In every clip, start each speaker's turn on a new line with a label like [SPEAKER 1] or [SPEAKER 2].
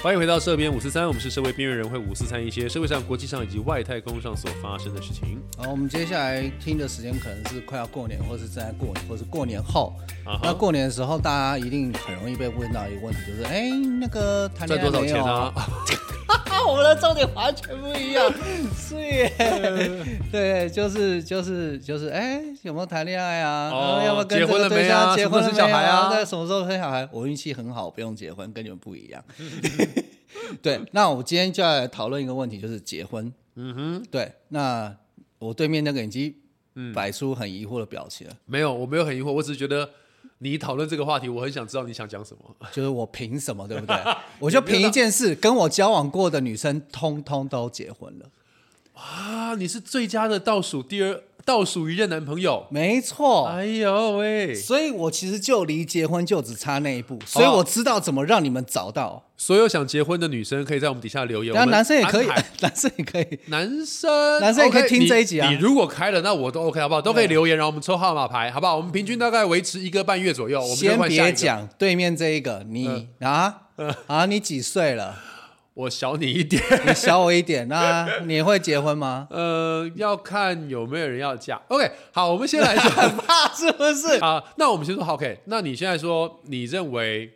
[SPEAKER 1] 欢迎回到社边五四三，我们是社会边缘人会五四三一些社会上、国际上以及外太空上所发生的事情。
[SPEAKER 2] 好，我们接下来听的时间可能是快要过年，或是正在过年，或是过年后。
[SPEAKER 1] 啊哈
[SPEAKER 2] 那过年的时候，大家一定很容易被问到一个问题，就是哎，那个谈
[SPEAKER 1] 赚
[SPEAKER 2] 恋
[SPEAKER 1] 多少
[SPEAKER 2] 爱没
[SPEAKER 1] 钱
[SPEAKER 2] 有？
[SPEAKER 1] 啊？
[SPEAKER 2] 啊，我们的重点完全不一样，是 耶。对，就是就是就是，哎，有没有谈恋爱啊？
[SPEAKER 1] 哦
[SPEAKER 2] 然后要不要跟
[SPEAKER 1] 结
[SPEAKER 2] 这
[SPEAKER 1] 婚
[SPEAKER 2] 个
[SPEAKER 1] 了
[SPEAKER 2] 对
[SPEAKER 1] 没啊
[SPEAKER 2] 象结
[SPEAKER 1] 什么
[SPEAKER 2] 婚
[SPEAKER 1] 时候
[SPEAKER 2] 了没
[SPEAKER 1] 生小孩啊
[SPEAKER 2] 在什么时候生小孩？我运气很好，不用结婚，跟你们不一样。 对，那我今天就要来讨论一个问题，就是结婚。嗯哼，对，那我对面那个已经
[SPEAKER 1] 嗯
[SPEAKER 2] 摆出很疑惑的表情了，
[SPEAKER 1] 没有，我没有很疑惑，我只是觉得你讨论这个话题，我很想知道你想讲什么。
[SPEAKER 2] 就是我凭什么，对 不对？我就凭一件事，跟我交往过的女生通通都结婚了。
[SPEAKER 1] 啊，你是最佳的倒数第二，倒数一任男朋友。
[SPEAKER 2] 没错，
[SPEAKER 1] 哎呦喂！
[SPEAKER 2] 所以我其实就离结婚就只差那一步，所以
[SPEAKER 1] 哦
[SPEAKER 2] 我知道怎么让你们找到。
[SPEAKER 1] 所有想结婚的女生可以在我们底下留言，
[SPEAKER 2] 当然、
[SPEAKER 1] 我们
[SPEAKER 2] 男生也可以
[SPEAKER 1] 安排，
[SPEAKER 2] 男生也可以。
[SPEAKER 1] 男生
[SPEAKER 2] 男生也可以
[SPEAKER 1] OK，
[SPEAKER 2] 听这一集啊
[SPEAKER 1] 你。你如果开了，那我都 OK，好不好？都可以留言，然后我们抽号码牌，好不好？我们平均大概维持一个半月左右，我们就
[SPEAKER 2] 先
[SPEAKER 1] 换下一
[SPEAKER 2] 别
[SPEAKER 1] 个。嗯
[SPEAKER 2] 讲对面这一个，你、啊啊，你几岁了？
[SPEAKER 1] 我小你一点，
[SPEAKER 2] 你小我一点，那你会结 婚吗？
[SPEAKER 1] 呃，要看有没有人要嫁。OK，好，我们先来说
[SPEAKER 2] 怕是不是？
[SPEAKER 1] 啊、那我们先说好 OK，那你现在说，你认为，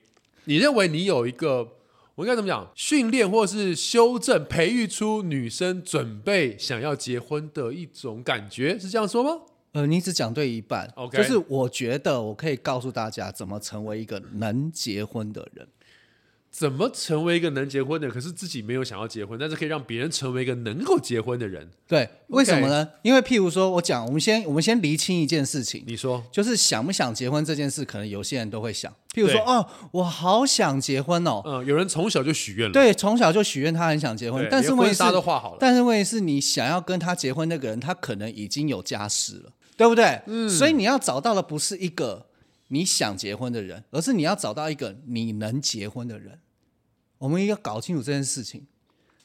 [SPEAKER 1] 你认为你有一个，我应该怎么讲？训练或是修正、培育出女生准备想要结婚的一种感觉，是这样说吗？
[SPEAKER 2] 呃，你只讲对一半
[SPEAKER 1] OK
[SPEAKER 2] 就是我觉得我可以告诉大家怎么成为一个能结婚的人。
[SPEAKER 1] 怎么成为一个能结婚的人，可是自己没有想要结婚，但是可以让别人成为一个能够结婚的人？
[SPEAKER 2] 对，为什么呢因为譬如说，我讲，我们先我们先厘清一件事情，
[SPEAKER 1] 你说
[SPEAKER 2] 就是想不想结婚这件事，可能有些人都会想，譬如说，
[SPEAKER 1] 对
[SPEAKER 2] 哦，我好想结婚哦，
[SPEAKER 1] 嗯，有人从小就许愿了，
[SPEAKER 2] 对，从小就许愿他很想结婚
[SPEAKER 1] 对，
[SPEAKER 2] 但是
[SPEAKER 1] 连
[SPEAKER 2] 问
[SPEAKER 1] 婚
[SPEAKER 2] 题是
[SPEAKER 1] 纱，都画好了，
[SPEAKER 2] 但是问题是你想要跟他结婚那个人，他可能已经有家室了，对不对？嗯，所以你要找到的不是一个你想结婚的人，而是你要找到一个你能结婚的人。我们要搞清楚这件事情。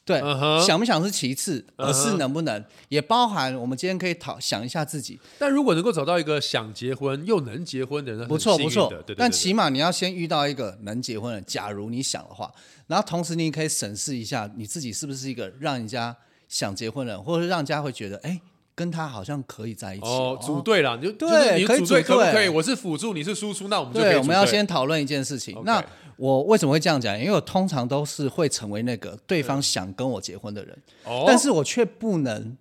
[SPEAKER 2] 对
[SPEAKER 1] 嗯哼
[SPEAKER 2] 想不想是其次，而
[SPEAKER 1] 嗯
[SPEAKER 2] 是
[SPEAKER 1] 哼
[SPEAKER 2] 能不能也包含我们今天可以讨想一下自己，
[SPEAKER 1] 但如果能够找到一个想结婚又能结婚的人，那是
[SPEAKER 2] 不错
[SPEAKER 1] 很
[SPEAKER 2] 不
[SPEAKER 1] 幸运
[SPEAKER 2] 错
[SPEAKER 1] 的对对，对
[SPEAKER 2] 但
[SPEAKER 1] 对
[SPEAKER 2] 起码你要先遇到一个能结婚的，假如你想的话，然后同时你也可以审视一下你自己是不是一个让人家想结婚的人，或者让人家会觉得，哎，跟他好像可以在一起
[SPEAKER 1] 哦
[SPEAKER 2] 哦，。
[SPEAKER 1] 组队啦，你就
[SPEAKER 2] 对
[SPEAKER 1] 就是你
[SPEAKER 2] 可以
[SPEAKER 1] 组队
[SPEAKER 2] 组
[SPEAKER 1] 可不
[SPEAKER 2] 队
[SPEAKER 1] 可以？我是辅助，你是输出，那我们就可以
[SPEAKER 2] 对，
[SPEAKER 1] 组队。
[SPEAKER 2] 我们要先讨论一件事情
[SPEAKER 1] OK。
[SPEAKER 2] 那我为什么会这样讲？因为我通常都是会成为那个对方想跟我结婚的人，
[SPEAKER 1] 哦，
[SPEAKER 2] 但是我却不能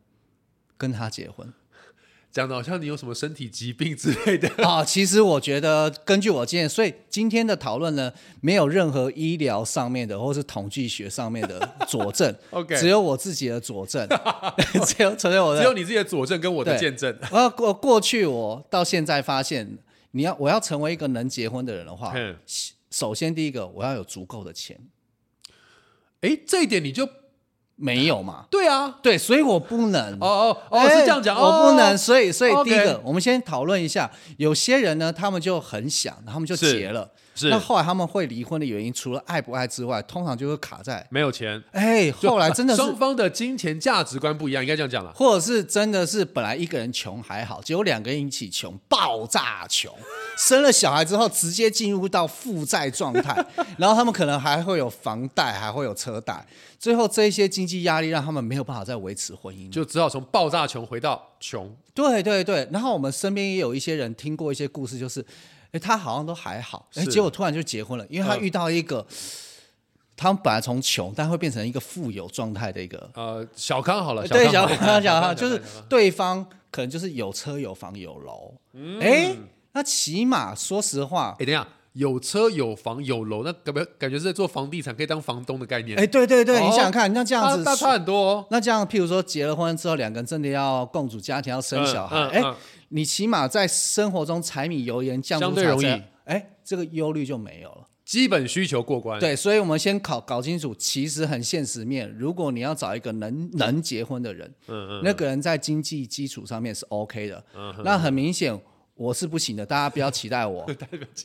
[SPEAKER 2] 跟他结婚。
[SPEAKER 1] 讲的好像你有什么身体疾病之类的。
[SPEAKER 2] 啊、其实我觉得，根据我经验，所以今天的讨论呢，没有任何医疗上面的或是统计学上面 的佐证
[SPEAKER 1] OK
[SPEAKER 2] 只有我自己的佐 证，只有只有我
[SPEAKER 1] 只有
[SPEAKER 2] 的。
[SPEAKER 1] 你自己的佐证跟我的
[SPEAKER 2] 对
[SPEAKER 1] 见证，
[SPEAKER 2] 我过过去我到现在发现，你要我要成为一个能结婚的人的话
[SPEAKER 1] 嗯，
[SPEAKER 2] 首先第一个我要有足够的钱，
[SPEAKER 1] 哎，这一点你就
[SPEAKER 2] 没有嘛？
[SPEAKER 1] 对啊，
[SPEAKER 2] 对，所以我不能。
[SPEAKER 1] 哦哦哦，
[SPEAKER 2] 哎
[SPEAKER 1] 是这样讲，
[SPEAKER 2] 我不
[SPEAKER 1] 哦
[SPEAKER 2] 能，所以所以
[SPEAKER 1] OK
[SPEAKER 2] 第一个，我们先讨论一下，有些人呢，他们就很想，他们就是结了，
[SPEAKER 1] 是
[SPEAKER 2] 那后来他们会离婚的原因，除了爱不爱之外，通常就会卡在，
[SPEAKER 1] 没有钱，
[SPEAKER 2] 哎，
[SPEAKER 1] 就啊
[SPEAKER 2] 后来真的是，
[SPEAKER 1] 双方的金钱价值观不一样，应该这样讲了。
[SPEAKER 2] 或者是真的是本来一个人穷还好，结果两个人一起穷，爆炸穷，生了小孩之后直接进入到负债状 态，然后他们可能还会有房贷，还会有车贷，最后这一些经济压力让他们没有办法再维持婚姻了。
[SPEAKER 1] 就只好从爆炸穷回到穷，
[SPEAKER 2] 对对对，然后我们身边也有一些人听过一些故事，就是，哎，他好像都还好，哎，
[SPEAKER 1] 是嗯
[SPEAKER 2] 结果突然就结婚了，因为他遇到一个，他们本来从穷，但会变成一个富有状态的一个，
[SPEAKER 1] 呃，小康好了，
[SPEAKER 2] 对，
[SPEAKER 1] 小
[SPEAKER 2] 小
[SPEAKER 1] 康
[SPEAKER 2] 康小 康，
[SPEAKER 1] 康
[SPEAKER 2] 就是对方可能就是有车有房有楼，
[SPEAKER 1] 嗯
[SPEAKER 2] 哎、那起码说实话，
[SPEAKER 1] 哎，等一下，有车有房有楼，那感觉感觉是在做房地产，可以当房东的概念。
[SPEAKER 2] 哎，对对对，
[SPEAKER 1] 哦
[SPEAKER 2] 你想想看，那这样子
[SPEAKER 1] 那差很多哦。
[SPEAKER 2] 那这样，譬如说结了婚之后，两个人真的要共组家庭，要生小孩，
[SPEAKER 1] 嗯嗯
[SPEAKER 2] 哎、
[SPEAKER 1] 嗯
[SPEAKER 2] 你起码在生活中柴米油盐酱醋
[SPEAKER 1] 相对
[SPEAKER 2] 茶
[SPEAKER 1] 容易
[SPEAKER 2] 这样，哎，这个忧虑就没有了。
[SPEAKER 1] 基本需求过关。，
[SPEAKER 2] 对，所以我们先搞搞清楚，其实很现实面，如果你要找一个能能结婚的人，
[SPEAKER 1] 嗯嗯嗯，嗯
[SPEAKER 2] 那个人在经济基础上面是 OK 的，那很明显。我是不行的，大家不要期 待我。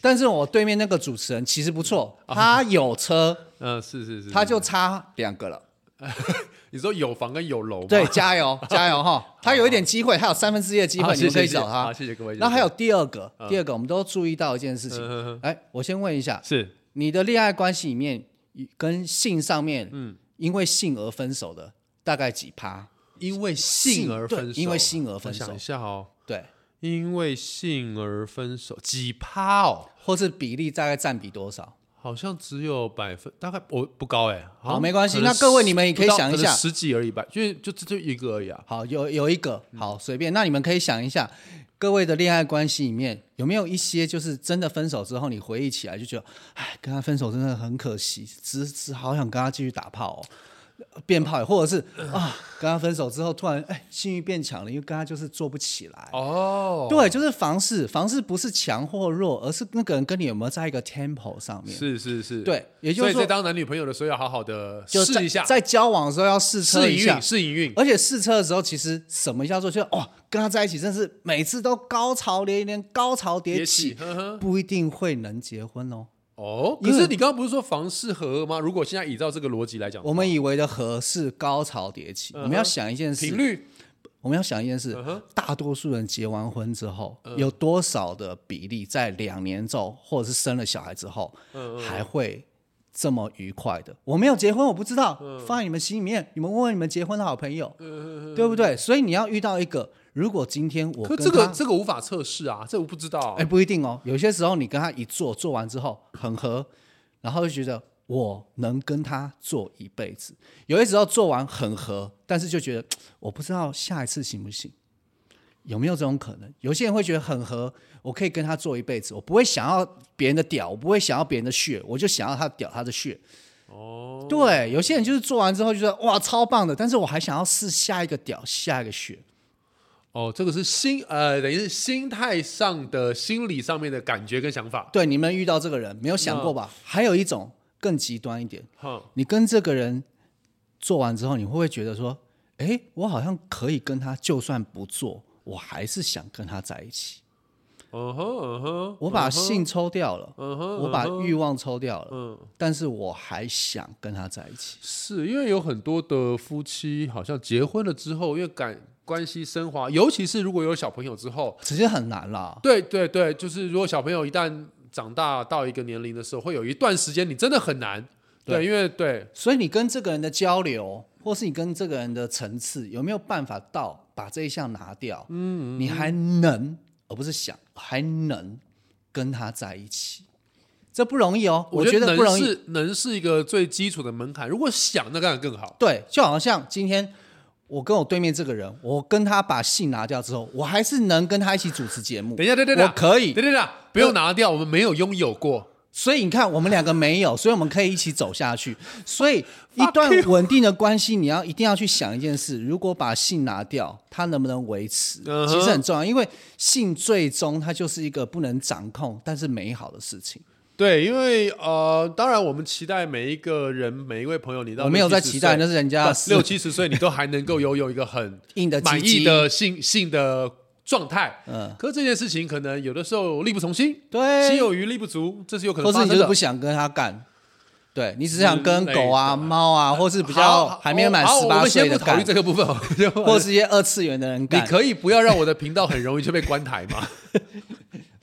[SPEAKER 2] 但是我对面那个主持人其实不错，他有车，
[SPEAKER 1] 哦嗯，是是是，
[SPEAKER 2] 他就差两个了。
[SPEAKER 1] 你说有房跟有楼吗，
[SPEAKER 2] 对，加油，加油哈！他有一点机会，他有三分之一的机
[SPEAKER 1] 好
[SPEAKER 2] 会，你
[SPEAKER 1] 谢
[SPEAKER 2] 们
[SPEAKER 1] 谢
[SPEAKER 2] 可以
[SPEAKER 1] 谢谢
[SPEAKER 2] 找
[SPEAKER 1] 好
[SPEAKER 2] 他。
[SPEAKER 1] 谢谢各位。
[SPEAKER 2] 然后还有第二个，
[SPEAKER 1] 嗯
[SPEAKER 2] 第二个我们都注意到一件事
[SPEAKER 1] 嗯
[SPEAKER 2] 情。
[SPEAKER 1] 嗯嗯
[SPEAKER 2] 哎，我先问一下，
[SPEAKER 1] 是
[SPEAKER 2] 你的恋爱关系里面跟性上面，嗯，因为性而分手的大概几趴？
[SPEAKER 1] 因为性而分手，
[SPEAKER 2] 对因为性而分手
[SPEAKER 1] 我想一下哦，
[SPEAKER 2] 对，
[SPEAKER 1] 因为性而分手，几趴哦？
[SPEAKER 2] 或是比例大概占比多少？
[SPEAKER 1] 好像只有百分，大概我不高哎、好
[SPEAKER 2] 好，
[SPEAKER 1] 像
[SPEAKER 2] 没关系。
[SPEAKER 1] 可能
[SPEAKER 2] 那各位你们也可以
[SPEAKER 1] 不到
[SPEAKER 2] 想一
[SPEAKER 1] 可
[SPEAKER 2] 下
[SPEAKER 1] 能，十几而已吧，因为就就就一个而已啊。
[SPEAKER 2] 好，有有一个好随便，那你们可以想一下，各位的恋爱关系里面有没有一些就是真的分手之后，你回忆起来就觉得，哎，跟他分手真的很可惜，只只好想跟他继续打炮哦，变炮友，或者是啊，跟他分手之后突然哎性欲变强了，因为跟他就是做不起来。
[SPEAKER 1] 哦，
[SPEAKER 2] 对，就是房事，房事不是强或弱，而是那个人跟你有没有在一个 tempo 上面。
[SPEAKER 1] 是是是，
[SPEAKER 2] 对也就
[SPEAKER 1] 所
[SPEAKER 2] 是
[SPEAKER 1] 以在
[SPEAKER 2] 说
[SPEAKER 1] 当男女朋友的时候要好好的
[SPEAKER 2] 就在
[SPEAKER 1] 试一下，
[SPEAKER 2] 在交往的时候要试车
[SPEAKER 1] 试
[SPEAKER 2] 一
[SPEAKER 1] 营
[SPEAKER 2] 下
[SPEAKER 1] 运，，试营运。
[SPEAKER 2] 而且试车的时候，其实什么叫做就哦，跟他在一起，真是每次都高潮连连，高潮迭
[SPEAKER 1] 也许
[SPEAKER 2] 起，
[SPEAKER 1] 呵呵
[SPEAKER 2] 不一定会能结婚哦。
[SPEAKER 1] 哦，
[SPEAKER 2] 因
[SPEAKER 1] 可
[SPEAKER 2] 为
[SPEAKER 1] 是你刚刚不是说房适合吗？如果现在依照这个逻辑来讲，
[SPEAKER 2] 我们以为的合是高潮迭起，
[SPEAKER 1] 嗯哼
[SPEAKER 2] 我们要想一件
[SPEAKER 1] 频
[SPEAKER 2] 事，
[SPEAKER 1] 率
[SPEAKER 2] 我们要想一件事
[SPEAKER 1] 嗯哼，嗯
[SPEAKER 2] 大多数人结完婚之后，有多少的比例在两年之后，或者是生了小孩之后，
[SPEAKER 1] 嗯
[SPEAKER 2] 还会？这么愉快的，我没有结婚，我不知道，
[SPEAKER 1] 嗯
[SPEAKER 2] 放在你们心里面，你们问问你们结婚的好朋友，对不对？所以你要遇到一个，如果今天我
[SPEAKER 1] 可
[SPEAKER 2] 跟
[SPEAKER 1] 这个
[SPEAKER 2] 他
[SPEAKER 1] 这个无法测试啊，这我不知道啊、
[SPEAKER 2] 哎、不一定哦，有些时候你跟他一做，做完之后很合，然后就觉得我能跟他做一辈子；有些时候做完很合，但是就觉得我不知道下一次行不行，有没有这种可能？有些人会觉得很合，我可以跟他做一辈子，我不会想要别人的屌，我不会想要别人的血，我就想要他的屌，他的血。
[SPEAKER 1] 哦，
[SPEAKER 2] 对，有些人就是做完之后就觉得哇超棒的，但是我还想要试下一个屌，下一个血。
[SPEAKER 1] 哦，这个是心呃，等于是心态上的、心理上面的感觉跟想法。
[SPEAKER 2] 对，你们遇到这个人没有想过吧？还有一种更极端一点。
[SPEAKER 1] 哼，
[SPEAKER 2] 你跟这个人做完之后，你会不会觉得说，哎，我好像可以跟他，就算不做，我还是想跟他在一起。
[SPEAKER 1] 嗯哼嗯哼，
[SPEAKER 2] 我把性抽掉了，
[SPEAKER 1] 嗯哼，
[SPEAKER 2] 我把欲望抽掉了，
[SPEAKER 1] 嗯，
[SPEAKER 2] 但是我还想跟他在一起。
[SPEAKER 1] 是因为有很多的夫妻好像结婚了之后，因为感关系升华，尤其是如果有小朋友之后，
[SPEAKER 2] 其实很难啦，
[SPEAKER 1] 对对对，就是如果小朋友一旦长大到一个年龄的时候，会有一段时间你真的很难。对，因为对
[SPEAKER 2] 所以你跟这个人的交流，或是你跟这个人的层次，有没有办法到把这一项拿掉？嗯，你还能，而不是想，还能跟他在一起，这不容易哦。我
[SPEAKER 1] 觉
[SPEAKER 2] 得不
[SPEAKER 1] 能
[SPEAKER 2] 容易，
[SPEAKER 1] 是能是一个最基础的门槛，如果想那当然更好。
[SPEAKER 2] 对，就好像今天我跟我对面这个人，我跟他把戏拿掉之后，我还是能跟他一起主持节目
[SPEAKER 1] 等。一下，等等等，
[SPEAKER 2] 我可以
[SPEAKER 1] 等等等，不用拿掉，我们没有拥有过。
[SPEAKER 2] 所以你看，我们两个没有，所以我们可以一起走下去。所以一段稳定的关系，你要一定要去想一件事：如果把性拿掉，它能不能维持
[SPEAKER 1] 嗯哼
[SPEAKER 2] 其实很重要，因为性最终它就是一个不能掌控但是美好的事情。
[SPEAKER 1] 对，因为呃，当然我们期待每一个人、每一位朋友，你到
[SPEAKER 2] 我没有在
[SPEAKER 1] 60
[SPEAKER 2] 期待，
[SPEAKER 1] 岁
[SPEAKER 2] 那是人家的
[SPEAKER 1] 不
[SPEAKER 2] 事
[SPEAKER 1] 六七十岁，你都还能够拥有一个很
[SPEAKER 2] 硬的
[SPEAKER 1] 满
[SPEAKER 2] 鸡
[SPEAKER 1] 意
[SPEAKER 2] 鸡
[SPEAKER 1] 的性性的状态。
[SPEAKER 2] 嗯，
[SPEAKER 1] 可是这件事情可能有的时候力不从心，
[SPEAKER 2] 对，
[SPEAKER 1] 心有余力不足，这是有可能
[SPEAKER 2] 或
[SPEAKER 1] 发生
[SPEAKER 2] 是你
[SPEAKER 1] 的。
[SPEAKER 2] 就是不想跟他干，对你只想跟狗啊、
[SPEAKER 1] 之类的
[SPEAKER 2] 猫啊，或是比
[SPEAKER 1] 好
[SPEAKER 2] 较
[SPEAKER 1] 好
[SPEAKER 2] 还没有满
[SPEAKER 1] 好
[SPEAKER 2] 十
[SPEAKER 1] 我
[SPEAKER 2] 八
[SPEAKER 1] 们先
[SPEAKER 2] 岁
[SPEAKER 1] 不
[SPEAKER 2] 的
[SPEAKER 1] 考虑
[SPEAKER 2] 干，
[SPEAKER 1] 这个部分，我们先不考
[SPEAKER 2] 或
[SPEAKER 1] 虑
[SPEAKER 2] 是一些二次元的人
[SPEAKER 1] 你
[SPEAKER 2] 干。
[SPEAKER 1] 可以不要让我的频道很容易就被关台吗？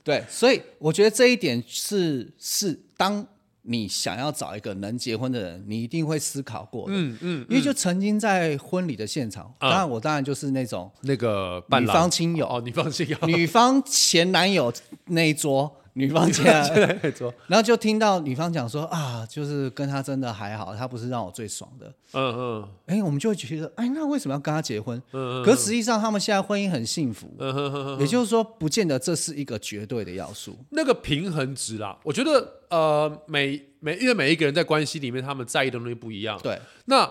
[SPEAKER 2] 对，所以我觉得这一点是是，当你想要找一个能结婚的人，你一定会思考过的。
[SPEAKER 1] 嗯嗯，
[SPEAKER 2] 因为就曾经在婚礼的现场，
[SPEAKER 1] 嗯
[SPEAKER 2] 当然我当然就是 那种
[SPEAKER 1] 那个伴
[SPEAKER 2] 女
[SPEAKER 1] 郎
[SPEAKER 2] 方亲友、
[SPEAKER 1] 哦，你放心啊，
[SPEAKER 2] 女方前男友那一桌，女方 前男友
[SPEAKER 1] 现在可以做，
[SPEAKER 2] 然后就听到女方讲说啊，就是跟他真的还好，他不是让我最爽的。
[SPEAKER 1] 嗯嗯
[SPEAKER 2] 哎，我们就会觉得，哎，那为什么要跟他结婚？
[SPEAKER 1] 嗯
[SPEAKER 2] 可实际上，他们现在婚姻很幸福，
[SPEAKER 1] 嗯哼哼哼。
[SPEAKER 2] 也就是说，不见得这是一个绝对的要素。
[SPEAKER 1] 那个平衡值啦，我觉得呃，每每因为每一个人在关系里面，他们在意的东西不一样。
[SPEAKER 2] 对，
[SPEAKER 1] 那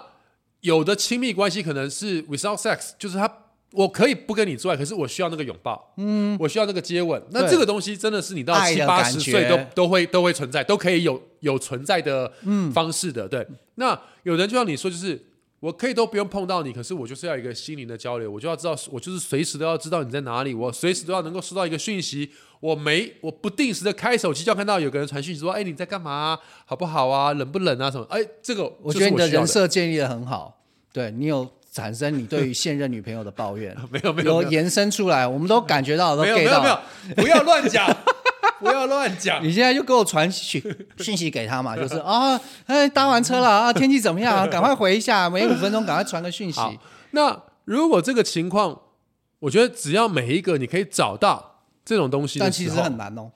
[SPEAKER 1] 有的亲密关系可能是 without sex，就是他我可以不跟你做爱，可是我需要那个拥抱，嗯，我需要那个接吻。那
[SPEAKER 2] 对
[SPEAKER 1] 这个东西真的是你到
[SPEAKER 2] 爱
[SPEAKER 1] 七
[SPEAKER 2] 的
[SPEAKER 1] 八
[SPEAKER 2] 感
[SPEAKER 1] 十
[SPEAKER 2] 觉
[SPEAKER 1] 岁都都会都会存在，都可以有有存在的
[SPEAKER 2] 嗯
[SPEAKER 1] 方式的。对，那有人就像你说，就是。我可以都不用碰到你，可是我就是要一个心灵的交流，我就要知道，我就是随时都要知道你在哪里，我随时都要能够收到一个讯息。我没，我不定时的开手机就要看到有个人传讯息说：“哎，你在干嘛啊、好不好啊？冷不冷啊？什么？”哎，这个
[SPEAKER 2] 我
[SPEAKER 1] 就
[SPEAKER 2] 觉
[SPEAKER 1] 是
[SPEAKER 2] 得你的
[SPEAKER 1] 需要
[SPEAKER 2] 人设建立的很好，对你有产生你对于现任女朋友的抱怨，
[SPEAKER 1] 没有没有没有
[SPEAKER 2] 有延伸出来，我们都感觉到，都
[SPEAKER 1] 没有没
[SPEAKER 2] get
[SPEAKER 1] 有没
[SPEAKER 2] 到。
[SPEAKER 1] 有，不要乱讲，不要乱讲。
[SPEAKER 2] 你现在就给我传讯讯息 给他嘛，就是啊，哎，搭完车了啊，天气怎么样啊？赶快回一下，每五分钟赶快传个讯息。
[SPEAKER 1] 好，那如果这个情况，我觉得只要每一个你可以找到这种东西的
[SPEAKER 2] 但其
[SPEAKER 1] 时
[SPEAKER 2] 实
[SPEAKER 1] 候，
[SPEAKER 2] 很难哦。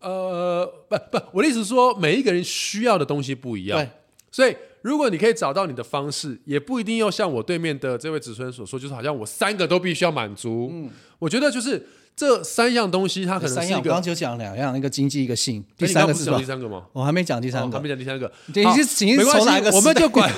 [SPEAKER 1] 呃，不不， 我的意思是说，每一个人需要的东西不一样
[SPEAKER 2] 对，
[SPEAKER 1] 所以如果你可以找到你的方式，也不一定要像我对面的这位子孙所说，就是好像我三个都必须要满足。嗯，我觉得就是这三样东西，它可能
[SPEAKER 2] 三
[SPEAKER 1] 是一
[SPEAKER 2] 样，我刚
[SPEAKER 1] 个
[SPEAKER 2] 刚。就讲两样，一个经济，一个性，第
[SPEAKER 1] 哎你刚
[SPEAKER 2] 三
[SPEAKER 1] 刚
[SPEAKER 2] 个
[SPEAKER 1] 不是
[SPEAKER 2] 是
[SPEAKER 1] 讲
[SPEAKER 2] 吧
[SPEAKER 1] 第？三个吗？
[SPEAKER 2] 我还没讲第三
[SPEAKER 1] 哦他
[SPEAKER 2] 个
[SPEAKER 1] 没，讲第三个，
[SPEAKER 2] 对
[SPEAKER 1] 好
[SPEAKER 2] 你是你是
[SPEAKER 1] 没关
[SPEAKER 2] 从哪
[SPEAKER 1] 系
[SPEAKER 2] 个
[SPEAKER 1] 我
[SPEAKER 2] 时
[SPEAKER 1] 们
[SPEAKER 2] 代
[SPEAKER 1] 就管。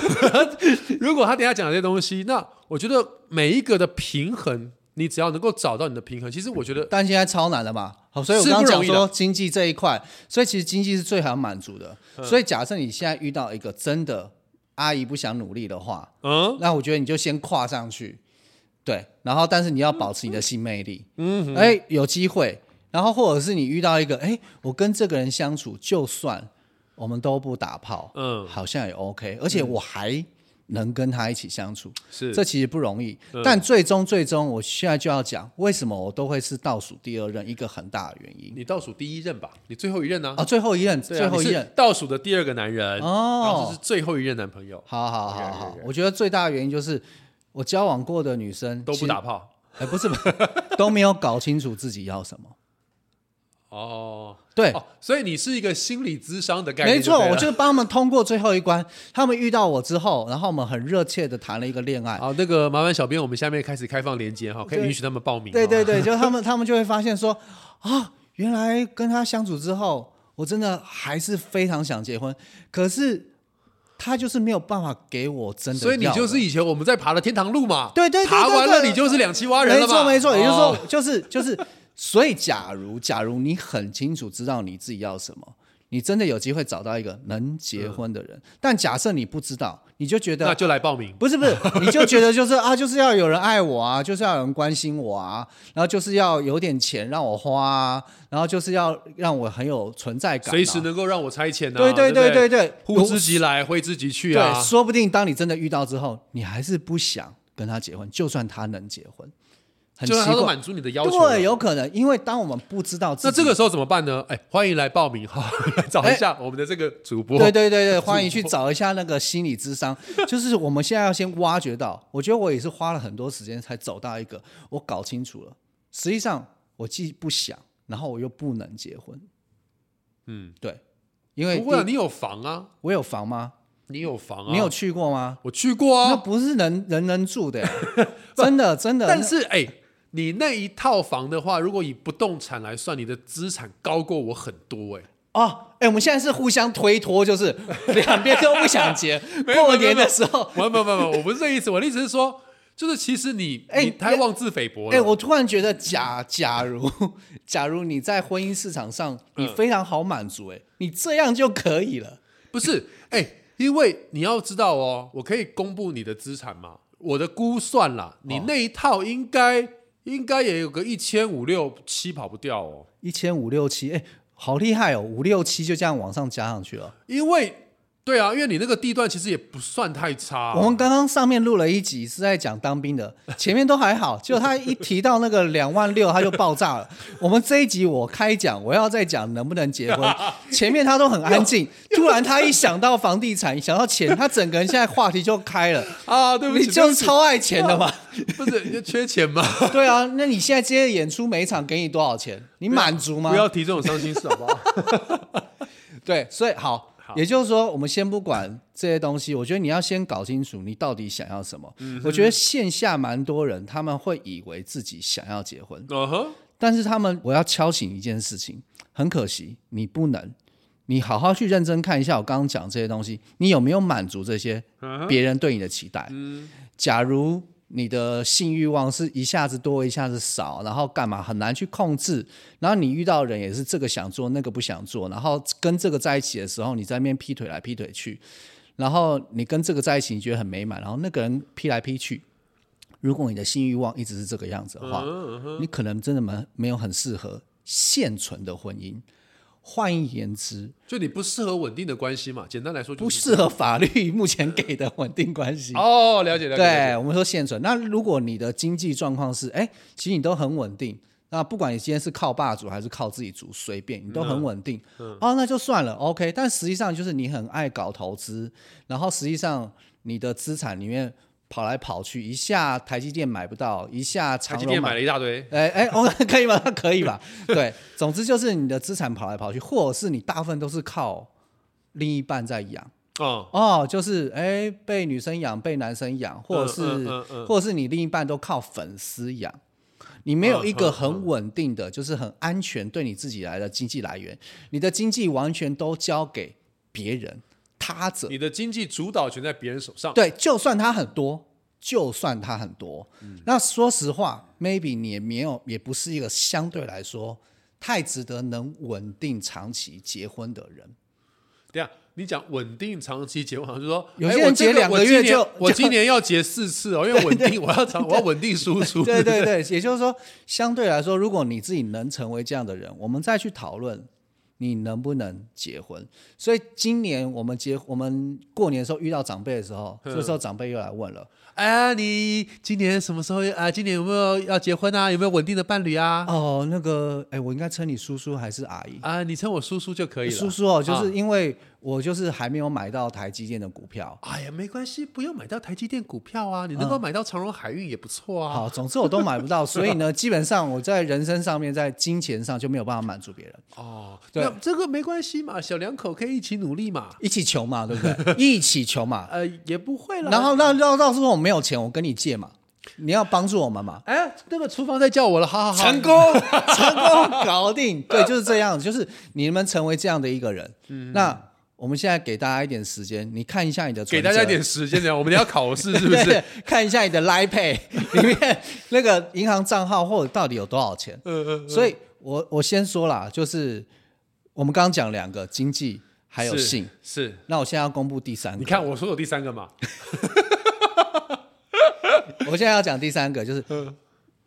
[SPEAKER 1] 如果他等一下讲这些东西，那我觉得每一个的平衡，你只要能够找到你的平衡，其实我觉得
[SPEAKER 2] 但现在超难了嘛。好，所以我
[SPEAKER 1] 是
[SPEAKER 2] 刚刚
[SPEAKER 1] 不容
[SPEAKER 2] 讲
[SPEAKER 1] 易
[SPEAKER 2] 说经济这一块，所以其实经济是最好满足的。
[SPEAKER 1] 嗯
[SPEAKER 2] 所以假设你现在遇到一个真的阿姨不想努力的话，
[SPEAKER 1] 嗯，
[SPEAKER 2] 那我觉得你就先跨上去，对，然后但是你要保持你的性魅力，
[SPEAKER 1] 嗯
[SPEAKER 2] 嗯，哎，有机会，然后或者是你遇到一个，哎，我跟这个人相处，就算我们都不打炮，
[SPEAKER 1] 嗯
[SPEAKER 2] 嗯，好像也 OK，而且我还能跟他一起相处，
[SPEAKER 1] 是
[SPEAKER 2] 这其实不容易
[SPEAKER 1] 嗯，
[SPEAKER 2] 但最终最终，我现在就要讲，为什么我都会是倒数第二任，一个很大的原因
[SPEAKER 1] 你倒数第一任吧，你最后一任呢、
[SPEAKER 2] 啊，最后一任，
[SPEAKER 1] 对啊
[SPEAKER 2] 最后
[SPEAKER 1] 你
[SPEAKER 2] 一
[SPEAKER 1] 是
[SPEAKER 2] 任，
[SPEAKER 1] 倒数的第二个男人，
[SPEAKER 2] 哦
[SPEAKER 1] 然后这是最后一任男朋友，
[SPEAKER 2] 好好好
[SPEAKER 1] OK，OK，OK
[SPEAKER 2] 好，我觉得最大的原因就是我交往过的女生
[SPEAKER 1] 都
[SPEAKER 2] 其
[SPEAKER 1] 不
[SPEAKER 2] 实
[SPEAKER 1] 打炮
[SPEAKER 2] 哎，不是，不 是都没有搞清楚自己要什么。
[SPEAKER 1] 哦。
[SPEAKER 2] 对，
[SPEAKER 1] 哦，所以你是一个心理咨商的概念，
[SPEAKER 2] 没错，
[SPEAKER 1] 对了
[SPEAKER 2] 我就帮他们通过最后一关。他们遇到我之后，然后我们很热切的谈了一个恋爱。
[SPEAKER 1] 好，那个麻烦小编，我们下面开始开放连接哈，可以
[SPEAKER 2] 对
[SPEAKER 1] 允许他们报名。
[SPEAKER 2] 对对
[SPEAKER 1] 哦，
[SPEAKER 2] 对，就他们他们就会发现说啊，原来跟他相处之后，我真的还是非常想结婚，可是他就是没有办法给我真的要
[SPEAKER 1] 所
[SPEAKER 2] 的。
[SPEAKER 1] 以你就是以前我们在爬的天堂路嘛，
[SPEAKER 2] 对对对对
[SPEAKER 1] 爬完了
[SPEAKER 2] 对
[SPEAKER 1] 你就是两栖蛙人了
[SPEAKER 2] 没
[SPEAKER 1] 嘛，
[SPEAKER 2] 错没错，也就是说
[SPEAKER 1] 哦，
[SPEAKER 2] 就是就是，所以假如假如你很清楚知道你自己要什么，你真的有机会找到一个能结婚的人。但假设你不知道，你就觉
[SPEAKER 1] 那
[SPEAKER 2] 得。
[SPEAKER 1] 就来报名。
[SPEAKER 2] 不是 不是，你就觉得就是啊，就是要有人爱我啊，就是要有人关心我啊，然后就是要有点钱让我花啊，然后就是要让我很有存在感、啊，
[SPEAKER 1] 随时能够让我差遣啊！
[SPEAKER 2] 对
[SPEAKER 1] 对
[SPEAKER 2] 对
[SPEAKER 1] 不
[SPEAKER 2] 对对对
[SPEAKER 1] 呼之即来，挥之即去啊
[SPEAKER 2] 对，！说不定当你真的遇到之后，你还是不想跟他结婚，就算他能结婚，很
[SPEAKER 1] 就
[SPEAKER 2] 奇
[SPEAKER 1] 让他都
[SPEAKER 2] 怪，
[SPEAKER 1] 满足你的要求了，
[SPEAKER 2] 对，有可能，因为当我们不知道自己，哎
[SPEAKER 1] 那这个时候怎么办呢？哎，欢迎来报名哈，来 找一下我们的这个主播。
[SPEAKER 2] 对对对 对，欢迎去找一下那个心理智商。就是我们现在要先挖掘到，我觉得我也是花了很多时间才走到一个我搞清楚了，实际上我既不想，然后我又不能结婚。
[SPEAKER 1] 嗯，
[SPEAKER 2] 对，因为
[SPEAKER 1] 不会啊，
[SPEAKER 2] 第
[SPEAKER 1] 你有房啊，
[SPEAKER 2] 我有房吗？
[SPEAKER 1] 你有房啊，
[SPEAKER 2] 你有去过吗？
[SPEAKER 1] 我去过
[SPEAKER 2] 那
[SPEAKER 1] 啊，
[SPEAKER 2] 不是人人能住 的，真的真的。
[SPEAKER 1] 但是哎，你那一套房的话，如果以不动产来算，你的资产高过我很多哎。
[SPEAKER 2] 哦，哎、我们现在是互相推脱，就是 两边都不想结。
[SPEAKER 1] 没有
[SPEAKER 2] 过年的时候，
[SPEAKER 1] 不不不不，我不是这个意思，我的意思是说，就是其实你
[SPEAKER 2] 哎
[SPEAKER 1] 你太妄自菲薄
[SPEAKER 2] 哎、
[SPEAKER 1] 了。
[SPEAKER 2] 我突然觉得假，假如 假如你在婚姻市场上，你
[SPEAKER 1] 嗯
[SPEAKER 2] 非常好满足、哎、你这样就可以了。
[SPEAKER 1] 不是，哎、因为你要知道哦，我可以公布你的资产嘛，我的估算
[SPEAKER 2] 哦
[SPEAKER 1] 啦，你那一套应该、应该也有个一千五六七跑不掉哦，
[SPEAKER 2] 一千五六七，哎，好厉害哦，五六七就这样往上加上去了。
[SPEAKER 1] 因为对啊，因为你那个地段其实也不算太差、啊
[SPEAKER 2] 我们刚刚上面录了一集是在讲当兵的，前面都还好，就他一提到那个两万六，他就爆炸 了。我们这一集我开讲，我要再讲能不能 结婚，前面他都很安静，突然他一想到房地产，想到钱，他整个人现在话题就开了。
[SPEAKER 1] 啊， 对不
[SPEAKER 2] 你
[SPEAKER 1] 起，
[SPEAKER 2] 就是超爱钱的嘛？
[SPEAKER 1] 对不起不是就缺钱 吗？
[SPEAKER 2] 对啊，那你现在接着演出每一场给你多少钱？你满足
[SPEAKER 1] 啊
[SPEAKER 2] 吗
[SPEAKER 1] 不？要提这种伤心事好不好？
[SPEAKER 2] 对，所以好，
[SPEAKER 1] 好
[SPEAKER 2] 也就是说，我们先不管这些东西，我觉得你要先搞清楚你到底想要什么。
[SPEAKER 1] 嗯
[SPEAKER 2] 我觉得线下蛮多人他们会以为自己想要结婚，
[SPEAKER 1] 嗯哼，
[SPEAKER 2] 但是他们我要敲醒一件事情，很可惜你不能。你好好去认真看一下我刚刚讲这些东西，你有没有满足这些别人对你的期待？假如你的性欲望是一下子多一下子少，然后干嘛很难去控制，然后你遇到人也是这个想做那个不想做，然后跟这个在一起的时候，你在那边劈腿来劈腿去，然后你跟这个在一起你觉得很美满，然后那个人劈来劈去。如果你的性欲望一直是这个样子的话，
[SPEAKER 1] 嗯
[SPEAKER 2] 你可能真的没没有很适合现存的婚姻。换言之，
[SPEAKER 1] 就你不适合稳定的关系嘛，简单来说
[SPEAKER 2] 不
[SPEAKER 1] 就是
[SPEAKER 2] 适合法律目前给的稳定关系。
[SPEAKER 1] 哦，了解了解，了解
[SPEAKER 2] 对，我们说现存。那如果你的经济状况是，哎，其实你都很稳定，那不管你今天是靠爸煮还是靠自己煮，随便你都很稳定。
[SPEAKER 1] 嗯
[SPEAKER 2] 哦，那就算了，OK。但实际上就是你很爱搞投资，然后实际上你的资产里面跑来跑去，一下台积电买不到，一下
[SPEAKER 1] 台
[SPEAKER 2] 长
[SPEAKER 1] 积
[SPEAKER 2] 荣
[SPEAKER 1] 电
[SPEAKER 2] 买
[SPEAKER 1] 买了一大堆，
[SPEAKER 2] 哎哎，我、 可以吗？可以吧？对，总之就是你的资产跑来跑去，或者是你大部分都是靠另一半在养
[SPEAKER 1] 哦，
[SPEAKER 2] 哦，就是哎被女生养，被男生养，或者是、
[SPEAKER 1] 嗯嗯嗯
[SPEAKER 2] 或者是你另一半都靠粉丝养。你没有一
[SPEAKER 1] 嗯
[SPEAKER 2] 个
[SPEAKER 1] 嗯
[SPEAKER 2] 很稳定的，就是很安全对你自己来的经济来源，你的经济完全都交给别人、他者。
[SPEAKER 1] 你的经济主导权在别人手上，
[SPEAKER 2] 对，就算它很多，就算它很多，那说实话，maybe 你也没有，也不是一个相对来说太值得能稳定长期结婚的人。
[SPEAKER 1] 这样你讲稳定长期结婚，好像就说
[SPEAKER 2] 有
[SPEAKER 1] 哎
[SPEAKER 2] 些人
[SPEAKER 1] 我这
[SPEAKER 2] 结两
[SPEAKER 1] 我
[SPEAKER 2] 个
[SPEAKER 1] 今
[SPEAKER 2] 月
[SPEAKER 1] 年
[SPEAKER 2] 就
[SPEAKER 1] 我
[SPEAKER 2] 就
[SPEAKER 1] 今年要结四次 哦，因为稳定，我要长，我要稳定输出，
[SPEAKER 2] 对对对，也就是说，相对来说，如果你自己能成为这样的人，我们再去讨论你能不能结婚。所以今年我们结我们过年的时候遇到长辈的时候，这时候长辈又来问了。
[SPEAKER 1] 哎，你今年什么时候啊？今年有没有要结婚啊？有没有稳定的伴侣啊？
[SPEAKER 2] 哦，那个，哎，我应该称你叔叔还是阿姨？
[SPEAKER 1] 啊，你称我叔叔就可以了。
[SPEAKER 2] 叔叔哦，就
[SPEAKER 1] 啊
[SPEAKER 2] 是因为我就是还没有买到台积电的股票。
[SPEAKER 1] 哎呀，没关系，不用买到台积电股票啊，你能够买到长荣海运也不错啊。
[SPEAKER 2] 好，总之我都买不到，所以 呢，基本上我在人生上面，在金钱上就没有办法满足别人，
[SPEAKER 1] 哦，
[SPEAKER 2] 对
[SPEAKER 1] 那这个没关系嘛，小两口可以一起努力嘛。
[SPEAKER 2] 一起穷嘛，对不 对？一起穷嘛。
[SPEAKER 1] 呃，也不会啦。
[SPEAKER 2] 然后到到到时候我没有钱，我跟你借嘛，你要帮助我们 嘛。
[SPEAKER 1] 哎，那个厨房在叫我了，好好好，
[SPEAKER 2] 功，成功，搞定。对，就是这样，就是你们成为这样的一个人。
[SPEAKER 1] 嗯
[SPEAKER 2] 那我们现在给大家一点时间，你看一下你的
[SPEAKER 1] 给
[SPEAKER 2] 存
[SPEAKER 1] 大家一
[SPEAKER 2] 折
[SPEAKER 1] 点时间，这样我们等一下考试是不
[SPEAKER 2] 对，
[SPEAKER 1] 是？
[SPEAKER 2] 看一下你的 Line Pay 里面那个银行账号或者到底有多少钱。
[SPEAKER 1] 嗯嗯，
[SPEAKER 2] 所以我我先说啦，就是我们刚刚讲两个经济还有
[SPEAKER 1] 是
[SPEAKER 2] 性，
[SPEAKER 1] 是。
[SPEAKER 2] 那我现在要公布第三
[SPEAKER 1] 你
[SPEAKER 2] 个，
[SPEAKER 1] 看我说有第三个嘛？
[SPEAKER 2] 我现在要讲第三个，就是
[SPEAKER 1] 嗯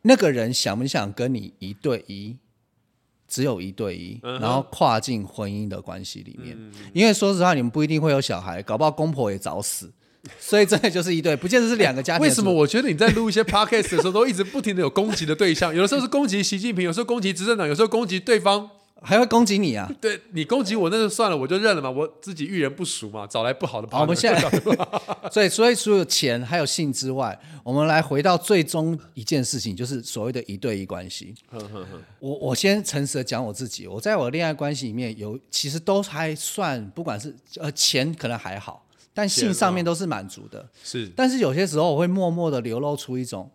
[SPEAKER 2] 那个人想不想跟你一对一，只有一对一，
[SPEAKER 1] 嗯哼嗯
[SPEAKER 2] 然后跨进婚姻的关系里面，因为说实话，你们不一定会有小孩，搞不好公婆也早死。所以真的就是一对，不见得是两个家庭的组合。
[SPEAKER 1] 为什么我觉得你在录一些 podcast 的时候，都一直不停的有攻击的对 象？有的时候是攻击习近平，有时候攻击执政党，有时候攻击对方
[SPEAKER 2] 还会攻击你啊？
[SPEAKER 1] 对你攻击我那就算了，我就认了嘛，我自己遇人不淑嘛，找来不好的朋友。
[SPEAKER 2] 好，我们现 在，所以所以除了钱还有性之外，我们来回到最终一件事情，就是所谓的一对一关系。我我先诚实的讲我自己，我在我的恋爱关系里面有，其实都还算，不管是呃钱可能还好，但性上面都是满足的。
[SPEAKER 1] 是
[SPEAKER 2] 但是有些时候我会默默的流露出一种，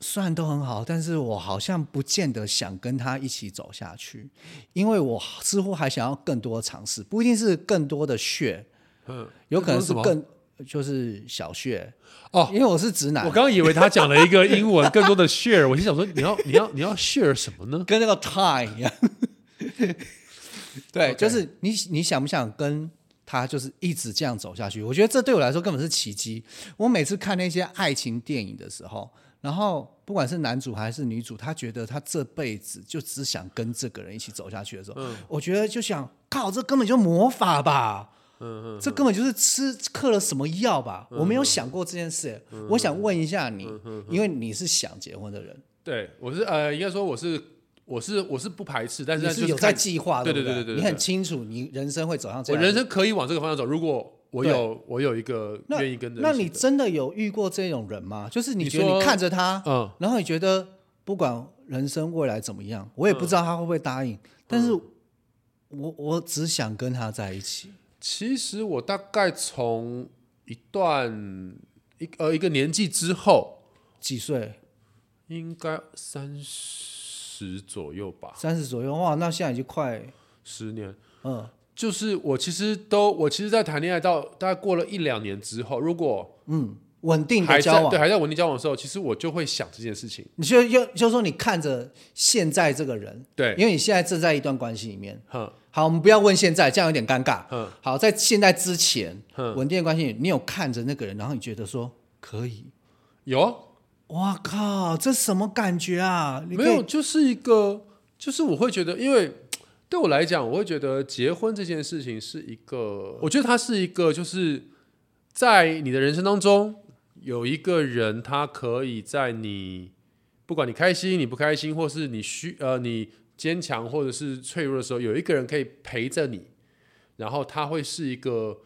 [SPEAKER 2] 虽然都很好，但是我好像不见得想跟他一起走下去，因为我似乎还想要更多的尝试，不一定是更多的血，
[SPEAKER 1] 嗯，
[SPEAKER 2] 有可能是
[SPEAKER 1] 什么
[SPEAKER 2] 更就是小血
[SPEAKER 1] 哦。
[SPEAKER 2] 因为我是直男啊
[SPEAKER 1] 我，刚刚以为他讲了一个英文，更多的 share，我心想说你要你要你要 share 什么呢？
[SPEAKER 2] 跟那个 time 一样。对
[SPEAKER 1] OK
[SPEAKER 2] 就是你你想不想跟他就是一直这样走下去？我觉得这对我来说根本是奇迹。我每次看那些爱情电影的时候，然后不管是男主还是女主，他觉得他这辈子就只想跟这个人一起走下去的时候，
[SPEAKER 1] 嗯
[SPEAKER 2] 我觉得就想靠，这根本就魔法吧。
[SPEAKER 1] 嗯嗯，
[SPEAKER 2] 这根本就是吃嗑了什么药吧？我没有想过这件事。
[SPEAKER 1] 嗯
[SPEAKER 2] 我想问一下你，因为你是想结婚的人，
[SPEAKER 1] 对，我是呃，应该说我是我是我是不排斥，但是
[SPEAKER 2] 你
[SPEAKER 1] 就是
[SPEAKER 2] 有在
[SPEAKER 1] 看
[SPEAKER 2] 计划，
[SPEAKER 1] 对
[SPEAKER 2] 不
[SPEAKER 1] 对对对对
[SPEAKER 2] 你很清楚你人生会走向这
[SPEAKER 1] 我
[SPEAKER 2] 样。
[SPEAKER 1] 人生可以往这个方向走，如果我有我有一个
[SPEAKER 2] 那
[SPEAKER 1] 愿意跟着
[SPEAKER 2] 那
[SPEAKER 1] 一起
[SPEAKER 2] 你
[SPEAKER 1] 的
[SPEAKER 2] 真的有遇过这种人吗？就是你
[SPEAKER 1] 你
[SPEAKER 2] 觉得
[SPEAKER 1] 说
[SPEAKER 2] 你看着他，
[SPEAKER 1] 嗯
[SPEAKER 2] 然后你觉得不管人生未来怎么样，我也不知道他会不会答应，
[SPEAKER 1] 嗯
[SPEAKER 2] 但是我我只想跟他在一起。
[SPEAKER 1] 其实我大概从一段一呃一个年纪之后，
[SPEAKER 2] 几岁？
[SPEAKER 1] 应该三十左右吧，
[SPEAKER 2] 三十左右哇，那现在已经快
[SPEAKER 1] 十年。
[SPEAKER 2] 嗯
[SPEAKER 1] 就是我其实都，我其实，在谈恋爱到大概过了一两年之后，如果
[SPEAKER 2] 嗯稳定
[SPEAKER 1] 还
[SPEAKER 2] 的交
[SPEAKER 1] 在
[SPEAKER 2] 往
[SPEAKER 1] 对。还在稳定交往的时候，其实我就会想这件事情。
[SPEAKER 2] 你就就就说你看着现在这个人，
[SPEAKER 1] 对，
[SPEAKER 2] 因为你现在正在一段关系里面。
[SPEAKER 1] 哼
[SPEAKER 2] 好，我们不要问现在，这样有点尴尬。
[SPEAKER 1] 哼
[SPEAKER 2] 好，在现在之前，
[SPEAKER 1] 哼，
[SPEAKER 2] 稳定的关系里，你有看着那个人，然后你觉得说可以，
[SPEAKER 1] 有
[SPEAKER 2] 哇靠，这什么感觉啊？你可
[SPEAKER 1] 没
[SPEAKER 2] 以
[SPEAKER 1] 有？就是一个，就是我会觉得，因为对我来讲，我会觉得结婚这件事情是一个，我觉得它是一个，就是在你的人生当中有一个人，他可以在你不管你开心、你不开心，或是你需呃你坚强或者是脆弱的时候，有一个人可以陪着你，然后他会是一个，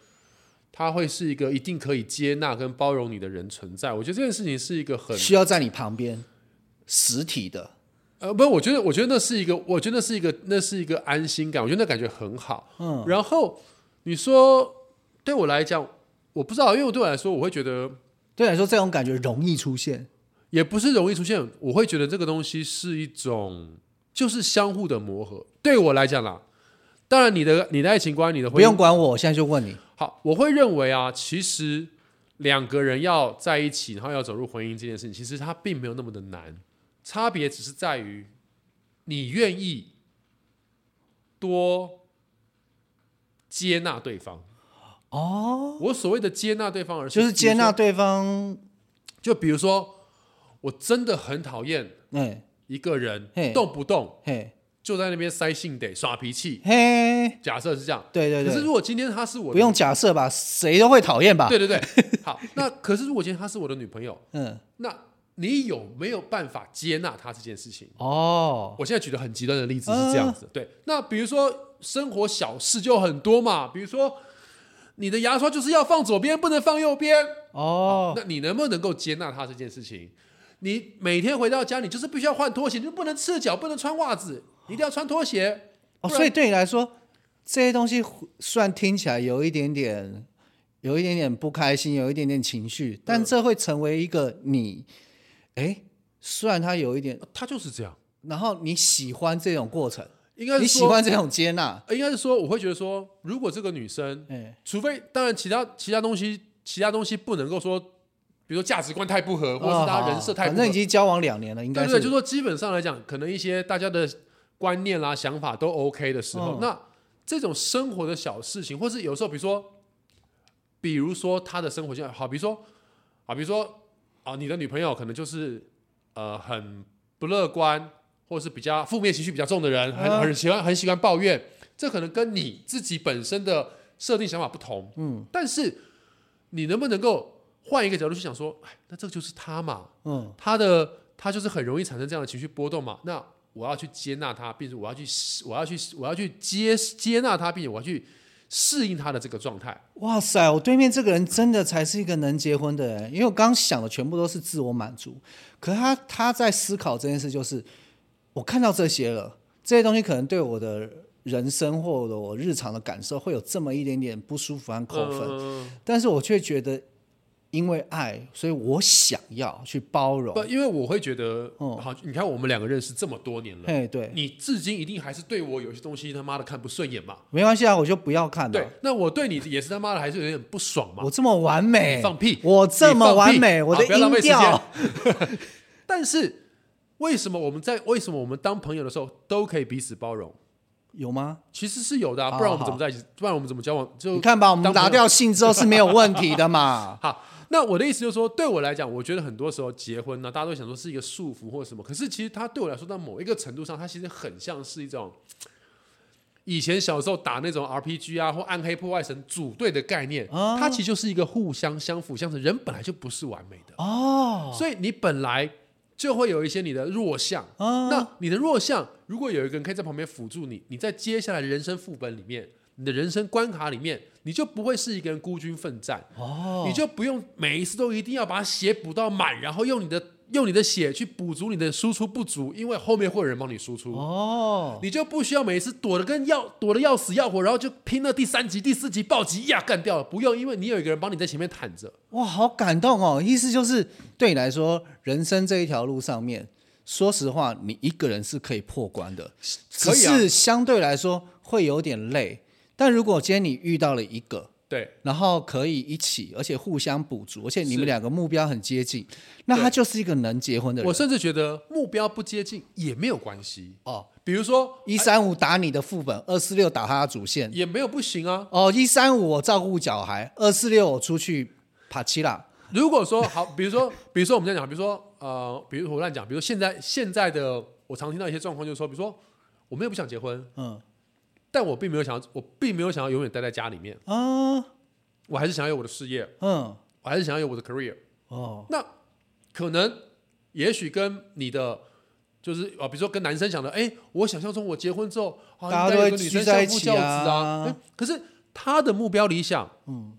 [SPEAKER 1] 他会是一个一定可以接纳跟包容你的人存在。我觉得这件事情是一个很
[SPEAKER 2] 需要在你旁边，实体的，
[SPEAKER 1] 呃，不，我觉得，我觉得那是一个，我觉得那是一个，那是一个安心感，我觉得那感觉很好。嗯，然后你说对我来讲，我不知道，因为对我来说，我会觉得
[SPEAKER 2] 对你来说这种感觉容易出现。
[SPEAKER 1] 也不是容易出现，我会觉得这个东西是一种就是相互的磨合。对我来讲啦，当然你的你的爱情观，你的
[SPEAKER 2] 不
[SPEAKER 1] 婚姻
[SPEAKER 2] 用管我，我现在就问你，
[SPEAKER 1] 好，我会认为啊，其实两个人要在一起，然后要走入婚姻这件事情，其实它并没有那么的难，差别只是在于你愿意多接纳对方。哦，我所谓的接纳对方，而
[SPEAKER 2] 就是接纳
[SPEAKER 1] 比
[SPEAKER 2] 对方，
[SPEAKER 1] 如说，就比如说，我真的很讨厌
[SPEAKER 2] 哎
[SPEAKER 1] 一个人
[SPEAKER 2] 嘿
[SPEAKER 1] 动不动
[SPEAKER 2] 嘿
[SPEAKER 1] 就在那边塞性得耍脾气，
[SPEAKER 2] 嘿，
[SPEAKER 1] 假设是这样。
[SPEAKER 2] 对对
[SPEAKER 1] 可是
[SPEAKER 2] 对，
[SPEAKER 1] 如果今天她是我的
[SPEAKER 2] 不用假设吧，谁都会讨厌吧？
[SPEAKER 1] 对对 对，好，那可是如果今天她是我的女朋友，
[SPEAKER 2] 嗯，
[SPEAKER 1] 那你有没有办法接纳她这件事情？
[SPEAKER 2] 哦，
[SPEAKER 1] 我现在举的很极端的例子是这样子，对。那比如说生活小事就很多嘛，比如说你的牙刷就是要放左边，不能放右边，
[SPEAKER 2] 哦，
[SPEAKER 1] 那你能不能够接纳她这件事情？你每天回到家，你就是必须要换拖鞋，你就不能赤脚，不能穿袜子，你一定要穿拖鞋。
[SPEAKER 2] 哦，
[SPEAKER 1] 不然
[SPEAKER 2] 所以对你来说，这些东西虽然听起来有一点点，有一点点不开心，有一点点情绪，但这会成为一个你，哎，虽然它有一点，
[SPEAKER 1] 他就是这样，
[SPEAKER 2] 然后你喜欢这种过程，
[SPEAKER 1] 应该是
[SPEAKER 2] 你喜
[SPEAKER 1] 说，
[SPEAKER 2] 欢这种接纳，
[SPEAKER 1] 应该是说，我会觉得说，如果这个女生，
[SPEAKER 2] 哎，
[SPEAKER 1] 除非当然其他其他东西，其他东西不能够说，比如说价值观太不合，或者
[SPEAKER 2] 哦
[SPEAKER 1] 是他
[SPEAKER 2] 好
[SPEAKER 1] 人设太不合，
[SPEAKER 2] 反正已经交往两年了，应
[SPEAKER 1] 对
[SPEAKER 2] 该
[SPEAKER 1] 不
[SPEAKER 2] 是
[SPEAKER 1] 对？就说基本上来讲，可能一些大家的观念啦、想法都 OK 的时候，
[SPEAKER 2] 嗯
[SPEAKER 1] 那这种生活的小事情，或是有时候，比如说，比如说他的生活就好，比如说，啊，比如说啊，你的女朋友可能就是呃很不乐观，或是比较负面情绪比较重的人，
[SPEAKER 2] 嗯
[SPEAKER 1] 很很喜欢很喜欢抱怨，这可能跟你自己本身的设定想法不同，嗯，但是你能不能够换一个角度去想说，哎，那这就是他嘛，
[SPEAKER 2] 嗯，
[SPEAKER 1] 他的他就是很容易产生这样的情绪波动嘛。那我要去接纳他，并且我要去我要去我要去接接纳他，并且我要去适应他的这个状态。
[SPEAKER 2] 哇塞，我对面这个人真的才是一个能结婚的人，因为我刚想的全部都是自我满足，可他他在思考这件事，就是我看到这些了，这些东西可能对我的人生或者我日常的感受会有这么一点点不舒服和扣分，
[SPEAKER 1] 嗯
[SPEAKER 2] 但是我却觉得因为爱，所以我想要去包容
[SPEAKER 1] 不，。因为我会觉得，
[SPEAKER 2] 哦
[SPEAKER 1] 好，你看我们两个认识这么多年了，
[SPEAKER 2] 哎，对，
[SPEAKER 1] 你至今一定还是对我有些东西他妈的看不顺眼嘛。
[SPEAKER 2] 没关系啊，我就不要看
[SPEAKER 1] 对
[SPEAKER 2] 了。，
[SPEAKER 1] 那我对你也是他妈的还是有点不爽嘛。
[SPEAKER 2] 我这么完美，
[SPEAKER 1] 你放屁
[SPEAKER 2] 我这么完
[SPEAKER 1] 你
[SPEAKER 2] 美，
[SPEAKER 1] 放屁
[SPEAKER 2] 我的
[SPEAKER 1] 好不要浪
[SPEAKER 2] 音
[SPEAKER 1] 费时间
[SPEAKER 2] 调，
[SPEAKER 1] 但是为什么我们在为什么我们当朋友的时候都可以彼此包容？
[SPEAKER 2] 有吗？
[SPEAKER 1] 其实是有的、啊，
[SPEAKER 2] 好
[SPEAKER 1] 不然我们怎么在一起？不然我们怎么交往？就
[SPEAKER 2] 你看吧，我们
[SPEAKER 1] 当朋
[SPEAKER 2] 拿
[SPEAKER 1] 友。
[SPEAKER 2] 掉性之后是没有问题的嘛
[SPEAKER 1] 好，那我的意思就是说，对我来讲，我觉得很多时候结婚呢、大家都想说是一个束缚或什么，可是其实它对我来说，到某一个程度上，它其实很像是一种以前小时候打那种 RPG 啊或暗黑破坏神组队的概念，
[SPEAKER 2] 哦
[SPEAKER 1] 它其实就是一个互相相辅相成。人本来就不是完美的，
[SPEAKER 2] 哦，
[SPEAKER 1] 所以你本来就会有一些你的弱项。
[SPEAKER 2] 啊
[SPEAKER 1] 那你的弱项，如果有一个人可以在旁边辅助你，你在接下来的人生副本里面，你的人生关卡里面，你就不会是一个人孤军奋战。
[SPEAKER 2] 哦，
[SPEAKER 1] 你就不用每一次都一定要把血补到满，然后用你的用你的血去补足你的输出不足，因为后面会有人帮你输出，
[SPEAKER 2] 哦，
[SPEAKER 1] 你就不需要每一次躲得跟要躲得要死要活，然后就拼了第三集、第四集暴击呀干掉了，不用，因为你有一个人帮你在前面坦着。
[SPEAKER 2] 哇，好感动哦！意思就是对你来说，人生这一条路上面，说实话，你一个人是可以破关的，
[SPEAKER 1] 可
[SPEAKER 2] 只
[SPEAKER 1] 以啊
[SPEAKER 2] 是相对来说会有点累。但如果今天你遇到了一个，
[SPEAKER 1] 对，
[SPEAKER 2] 然后可以一起，而且互相补足，而且你
[SPEAKER 1] 是
[SPEAKER 2] 们两个目标很接近，那他
[SPEAKER 1] 对
[SPEAKER 2] 就是一个能结婚的
[SPEAKER 1] 我
[SPEAKER 2] 人。
[SPEAKER 1] 甚至觉得目标不接近也没有关系，
[SPEAKER 2] 哦，
[SPEAKER 1] 比如说
[SPEAKER 2] 一三五打你的副本，二四六打他的主线，
[SPEAKER 1] 也没有不行啊。
[SPEAKER 2] 哦，一三五我照顾小孩，二四六我出去爬七啦。
[SPEAKER 1] 如果说好，比如说，比如说我们这样讲，比如说呃，比如我乱讲，比如说现在现在的我常听到一些状况，就是说，比如说我们也不想结婚，
[SPEAKER 2] 嗯
[SPEAKER 1] 但我并没有想要，我并没有想要永远待在家里面，
[SPEAKER 2] 啊，
[SPEAKER 1] 我还是想要有我的事业，
[SPEAKER 2] 嗯
[SPEAKER 1] 我还是想要有我的 career。
[SPEAKER 2] 哦，
[SPEAKER 1] 那可能也许跟你的就是啊，比如说跟男生想的，哎、我想象中我结婚之后，啊，应
[SPEAKER 2] 大家
[SPEAKER 1] 该有
[SPEAKER 2] 都会
[SPEAKER 1] 个女生
[SPEAKER 2] 聚在
[SPEAKER 1] 相
[SPEAKER 2] 一
[SPEAKER 1] 夫
[SPEAKER 2] 起
[SPEAKER 1] 教子
[SPEAKER 2] 啊
[SPEAKER 1] 哎可是他的目标理想，嗯，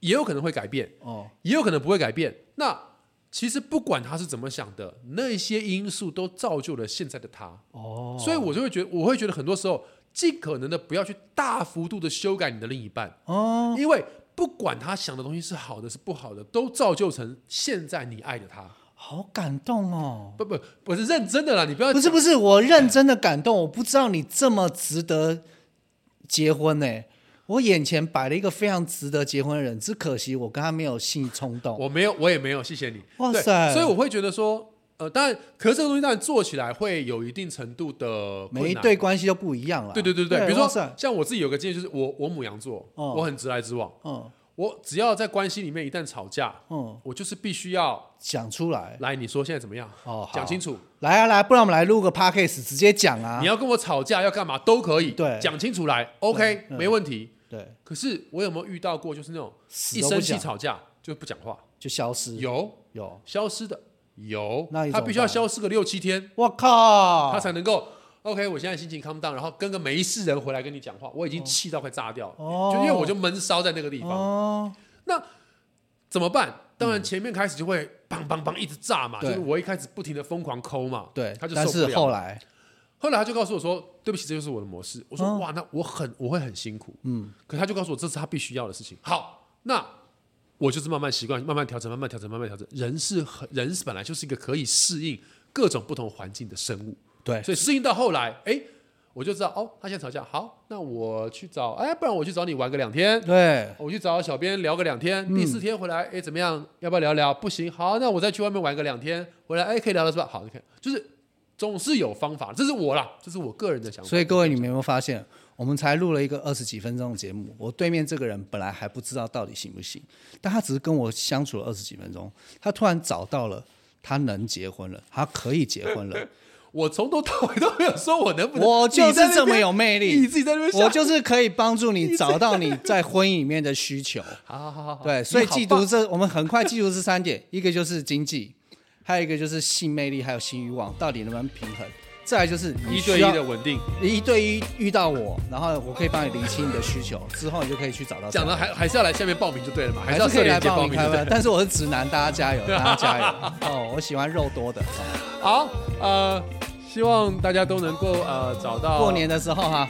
[SPEAKER 1] 也有可能会改变，
[SPEAKER 2] 哦，
[SPEAKER 1] 也有可能不会改变。那其实不管他是怎么想的，那些因素都造就了现在的他。
[SPEAKER 2] 哦，
[SPEAKER 1] 所以我就会觉得，我会觉得很多时候，尽可能的不要去大幅度的修改你的另一半，
[SPEAKER 2] 哦，
[SPEAKER 1] 因为不管他想的东西是好的是不好的，都造就成现在你爱的他。
[SPEAKER 2] 好感动哦。
[SPEAKER 1] 不不，我是认真的啦，你不要
[SPEAKER 2] 不是
[SPEAKER 1] 讲
[SPEAKER 2] 不是，我认真的感动，我不知道你这么值得结婚呢、我眼前摆了一个非常值得结婚的人，只可惜我跟他没有性冲动。
[SPEAKER 1] 我没有，我也没有，谢谢你。
[SPEAKER 2] 哇
[SPEAKER 1] 对
[SPEAKER 2] 塞
[SPEAKER 1] 所以我会觉得说，呃，当然，可是这个东西当然做起来会有一定程度的困
[SPEAKER 2] 每一
[SPEAKER 1] 难
[SPEAKER 2] 对关系都不一样了。
[SPEAKER 1] 对对对对，比如
[SPEAKER 2] 哇
[SPEAKER 1] 说
[SPEAKER 2] 塞
[SPEAKER 1] 像我自己有个经验，就是我我母羊座，
[SPEAKER 2] 哦
[SPEAKER 1] 我很直来直往，
[SPEAKER 2] 嗯
[SPEAKER 1] 我只要在关系里面一旦吵架，
[SPEAKER 2] 嗯，
[SPEAKER 1] 我就是必须要
[SPEAKER 2] 讲出来
[SPEAKER 1] 来，你说现在怎么样？
[SPEAKER 2] 哦，好
[SPEAKER 1] 讲清楚，
[SPEAKER 2] 来啊来，不然我们来录个 podcast，直接讲啊
[SPEAKER 1] 你。要跟我吵架要干嘛都可以，
[SPEAKER 2] 对嗯
[SPEAKER 1] 讲清楚来，OK，没问题。
[SPEAKER 2] 对，
[SPEAKER 1] 可是我有没有遇到过，就是那种
[SPEAKER 2] 死
[SPEAKER 1] 一
[SPEAKER 2] 都不
[SPEAKER 1] 生气
[SPEAKER 2] 讲
[SPEAKER 1] 吵架就不讲话？
[SPEAKER 2] 就消失。
[SPEAKER 1] 有
[SPEAKER 2] 有，
[SPEAKER 1] 消失的，有
[SPEAKER 2] 那你，
[SPEAKER 1] 他
[SPEAKER 2] 怎么
[SPEAKER 1] 必须要
[SPEAKER 2] 办啊
[SPEAKER 1] 消失个六七天，
[SPEAKER 2] 我靠，
[SPEAKER 1] 他才能够。OK，我现在心情 calm down，然后跟个没事人回来跟你讲话，我已经气到快炸掉了，
[SPEAKER 2] 哦
[SPEAKER 1] 就因为我就闷烧在那个地方。
[SPEAKER 2] 哦，
[SPEAKER 1] 怎么办？当然，前面开始就会梆梆梆一直炸嘛，就
[SPEAKER 2] 嗯对
[SPEAKER 1] 是我一开始不停的疯狂抠嘛，
[SPEAKER 2] 对，
[SPEAKER 1] 他就
[SPEAKER 2] 但
[SPEAKER 1] 受不
[SPEAKER 2] 是
[SPEAKER 1] 了。
[SPEAKER 2] 后来，
[SPEAKER 1] 后来他就告诉我说：“对不起，这就是我的模式。”我说：“
[SPEAKER 2] 哦
[SPEAKER 1] 哇，那我很我会很辛苦。”
[SPEAKER 2] 嗯，
[SPEAKER 1] 可他就告诉我这是他必须要的事情。好，那我就是慢慢习惯，慢慢调整，慢慢调整，慢慢调整。人是很人是本来就是一个可以适应各种不同环境的生物，
[SPEAKER 2] 对，
[SPEAKER 1] 所以适应到后来，哎，我就知道哦，他现在吵架，好，那我去找，哎，不然我去找你玩个两天。
[SPEAKER 2] 对，
[SPEAKER 1] 我去找小编聊个两天，第
[SPEAKER 2] 嗯
[SPEAKER 1] 四天回来，哎，怎么样？要不要聊聊？不行，好，那我再去外面玩个两天，回来，哎，可以聊了是吧？好，就可以，就是总是有方法，这是我啦，这是我个人的想法。
[SPEAKER 2] 所以各位，你们有没有发现，我们才录了一个二十几分钟的节目，我对面这个人本来还不知道到底行不行，但他只是跟我相处了二十几分钟，他突然找到了。他能结婚了，他可以结婚了，
[SPEAKER 1] 我从头到尾都没有说我能 不能，
[SPEAKER 2] 我就是
[SPEAKER 1] 你在那边
[SPEAKER 2] 这么有魅力
[SPEAKER 1] 你自己在那边想
[SPEAKER 2] 我就是可以帮助你找 到你在婚姻里面的需求。
[SPEAKER 1] 好好好好好，
[SPEAKER 2] 对，
[SPEAKER 1] 你
[SPEAKER 2] 所以
[SPEAKER 1] 好
[SPEAKER 2] 记
[SPEAKER 1] 棒
[SPEAKER 2] 住这，我们很快记住这三点，一个就是经济，还有一个就是性魅力，还有性欲望，到底能不能平衡？再来就是你
[SPEAKER 1] 一
[SPEAKER 2] 需
[SPEAKER 1] 对一
[SPEAKER 2] 要
[SPEAKER 1] 的稳定，
[SPEAKER 2] 一对一遇到我，然后我可以帮你理清你的需求，之后你就可以去找到。
[SPEAKER 1] 讲了还还是要来下面报名就对了嘛，
[SPEAKER 2] 还
[SPEAKER 1] 是要
[SPEAKER 2] 是可
[SPEAKER 1] 社
[SPEAKER 2] 以来
[SPEAKER 1] 联接
[SPEAKER 2] 帮
[SPEAKER 1] 报
[SPEAKER 2] 你
[SPEAKER 1] 名
[SPEAKER 2] 开
[SPEAKER 1] 就对
[SPEAKER 2] 饭，
[SPEAKER 1] 了。
[SPEAKER 2] 但是我是直男，大家加油，大家 加油哦！我喜欢肉多的。哦
[SPEAKER 1] 好，呃，希望大家都能够呃找到
[SPEAKER 2] 过年的时候哈、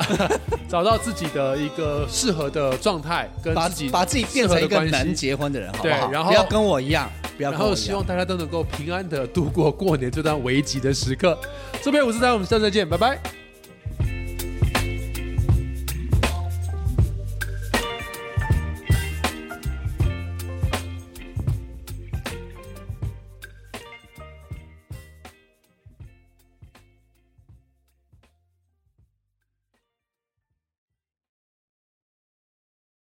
[SPEAKER 1] 找到自己的一个适合的状态，跟
[SPEAKER 2] 把
[SPEAKER 1] 自己
[SPEAKER 2] 把自己变成一
[SPEAKER 1] 适合
[SPEAKER 2] 个
[SPEAKER 1] 的关
[SPEAKER 2] 能
[SPEAKER 1] 系
[SPEAKER 2] 结婚的人，好不
[SPEAKER 1] 对
[SPEAKER 2] 好？
[SPEAKER 1] 然后
[SPEAKER 2] 不要跟我一样，不要
[SPEAKER 1] 然
[SPEAKER 2] 跟
[SPEAKER 1] 后
[SPEAKER 2] 我一
[SPEAKER 1] 希
[SPEAKER 2] 样
[SPEAKER 1] 望。大家都能够平安的度过过年这段危急的时刻。这边五四三，我们下次再见，拜拜。